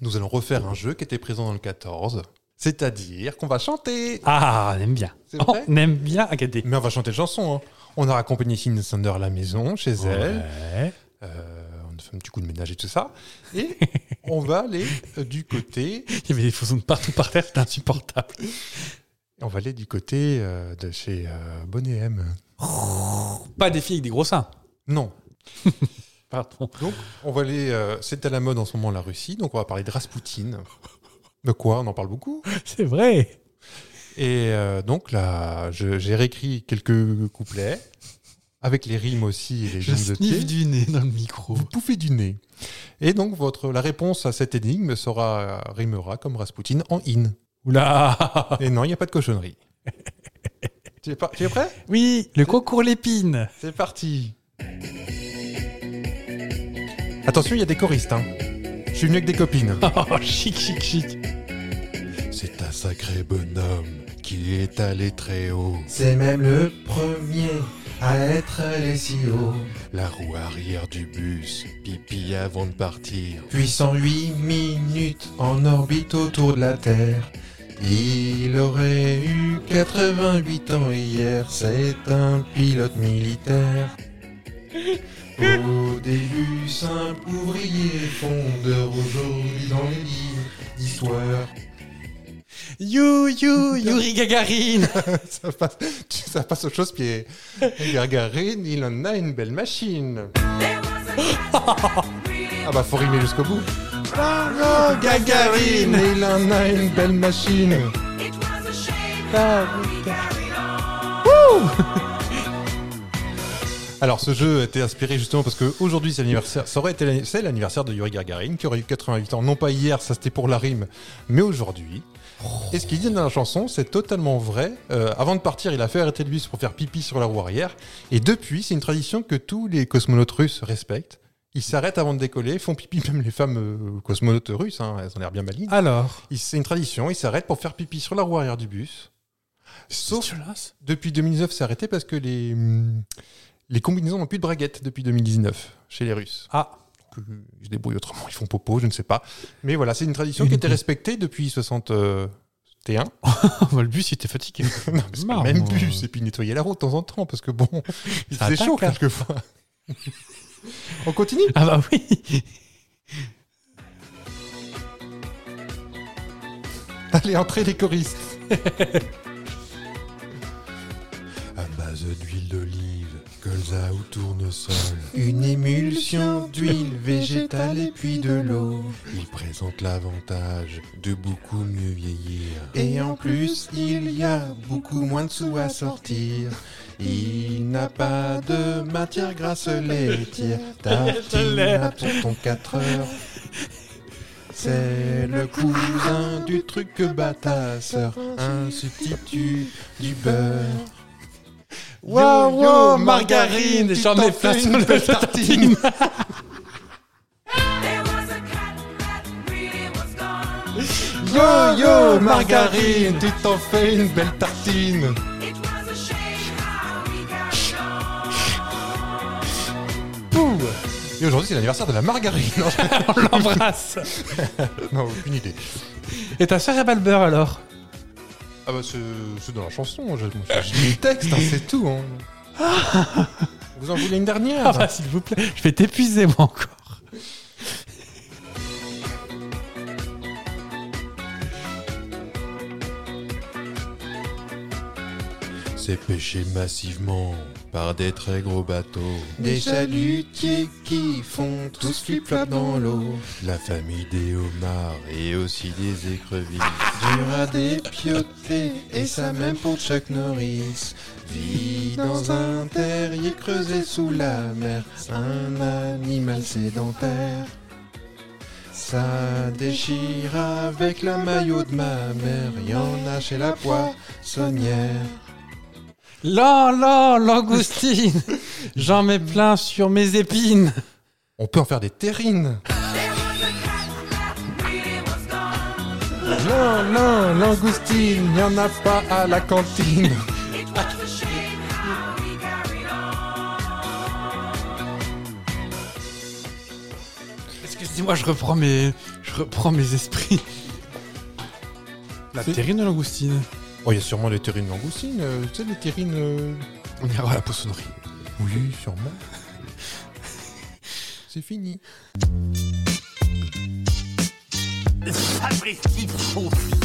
nous allons refaire un jeu qui était présent dans le 14. C'est-à-dire qu'on va chanter. Ah, on aime bien. C'est Oh, vrai on aime bien regarder. Mais on va chanter une chanson. hein. On a accompagné Sydney Sander à la maison, chez elle. Ouais. Euh, on a fait un petit coup de ménage et tout ça. Et on va aller euh, du côté, Il y avait des faussons de partout par terre, c'était insupportable. on va aller du côté euh, de chez euh, Bonnet M. Pas des filles avec des gros seins. Non, Pardon. Donc, on va aller. euh, c'est à la mode en ce moment la Russie, donc on va parler de Raspoutine. De quoi On en parle beaucoup. C'est vrai. Et euh, donc là, je- j'ai réécrit quelques couplets avec les rimes aussi et les Je jambes de pied. sniffe du nez dans le micro. Vous pouffez du nez. Et donc, votre, la réponse à cette énigme sera rimera comme Raspoutine en in. Oula Et non, il n'y a pas de cochonnerie. tu, es par- tu es prêt Oui, le concours l'épine. C'est parti. Attention, il y a des choristes. hein. Je suis venu avec des copines. Oh, chic, chic, chic. C'est un sacré bonhomme qui est allé très haut. C'est même le premier à être allé si haut. La roue arrière du bus, pipi avant de partir. 808 minutes en orbite autour de la Terre. Il aurait eu 88 ans hier, c'est un pilote militaire. Au début, simple ouvrier fondeur, aujourd'hui dans les livres d'histoire. You, you, Yuri Gagarine. ça, passe, tu- ça passe aux choses pieds. Gargarine, il en a une belle machine. ah bah faut rimer jusqu'au bout. Paro Gagarine, il en a une belle machine. Alors ce jeu a été inspiré justement parce que aujourd'hui c'est l'anniversaire, ça aurait été l'anni- c'est l'anniversaire de Yuri Gagarin qui aurait eu 88 ans, non pas hier, ça c'était pour la rime, mais aujourd'hui. Et ce qu'il dit dans la chanson, c'est totalement vrai. Euh, avant de partir, il a fait arrêter le bus pour faire pipi sur la roue arrière. Et depuis, c'est une tradition que tous les cosmonautes russes respectent. Ils s'arrêtent avant de décoller, font pipi, même les femmes euh, cosmonautes russes, hein, elles ont l'air bien malines. Alors Ils- C'est une tradition, ils s'arrêtent pour faire pipi sur la roue arrière du bus. Sauf dégueulasse. depuis 2009, c'est arrêté parce que les, hum, les combinaisons n'ont plus de braguettes depuis 2019 chez les Russes. Ah, Que Ils se débrouillent autrement, ils font popo, je ne sais pas. Mais voilà, c'est une tradition qui était respectée depuis 61. Bah, le bus, il était fatigué. Non, mais c'est pas Marre, le même moi. bus, et puis nettoyer la route de temps en temps, parce que bon, il Ça faisait attaque, chaud là. quelquefois. On continue Ah bah oui Allez, entrez les choristes À base d'huile d'olive, colza ou tournesol, Une émulsion d'huile végétale et puis de l'eau. il présente l'avantage de beaucoup mieux vieillir. Et en plus, il y a beaucoup moins de sous à sortir. Il n'a pas de matière grasse laitière. Tartine à tonton 4 heures. C'est le cousin du truc que bat ta sœur. Un substitut du beurre. Wow, Yo, wow, yo, margarine, margarine, j'en tu ai t'en plein fais sur une le belle tartine. Yo yo, margarine, tu t'en fais une belle tartine Pouh Et aujourd'hui, c'est l'anniversaire de la margarine Non, On l'embrasse. j'en- Non, aucune idée. Et ta sœur est pas le beurre alors Ah bah c'est c'est dans la chanson, je, je lis le texte, hein, c'est tout. hein. Vous en voulez une dernière Ah bah s'il vous plaît, je vais t'épuiser moi encore. C'est pêché massivement par des très gros bateaux. Des chalutiers qui font tous flip-flop dans l'eau. La famille des homards et aussi des écrevisses. Dur à dépioter, et ça même pour Chuck Norris. Vit dans un terrier creusé sous la mer, un animal sédentaire. Ça déchire avec la maillot de ma mère, y en a chez la poissonnière. Là, là, langoustine J'en mets plein sur mes épines. On peut en faire des terrines. Non, non, langoustine, il n'y en a pas à la cantine. Excusez-moi, je reprends mes, je reprends mes esprits. La C'est- terrine de langoustine. Oh, il y a sûrement les terrines langoustines. euh, tu sais, les terrines. euh, On ira à la poissonnerie. Oui, sûrement. C'est fini. Fabrice Faufi.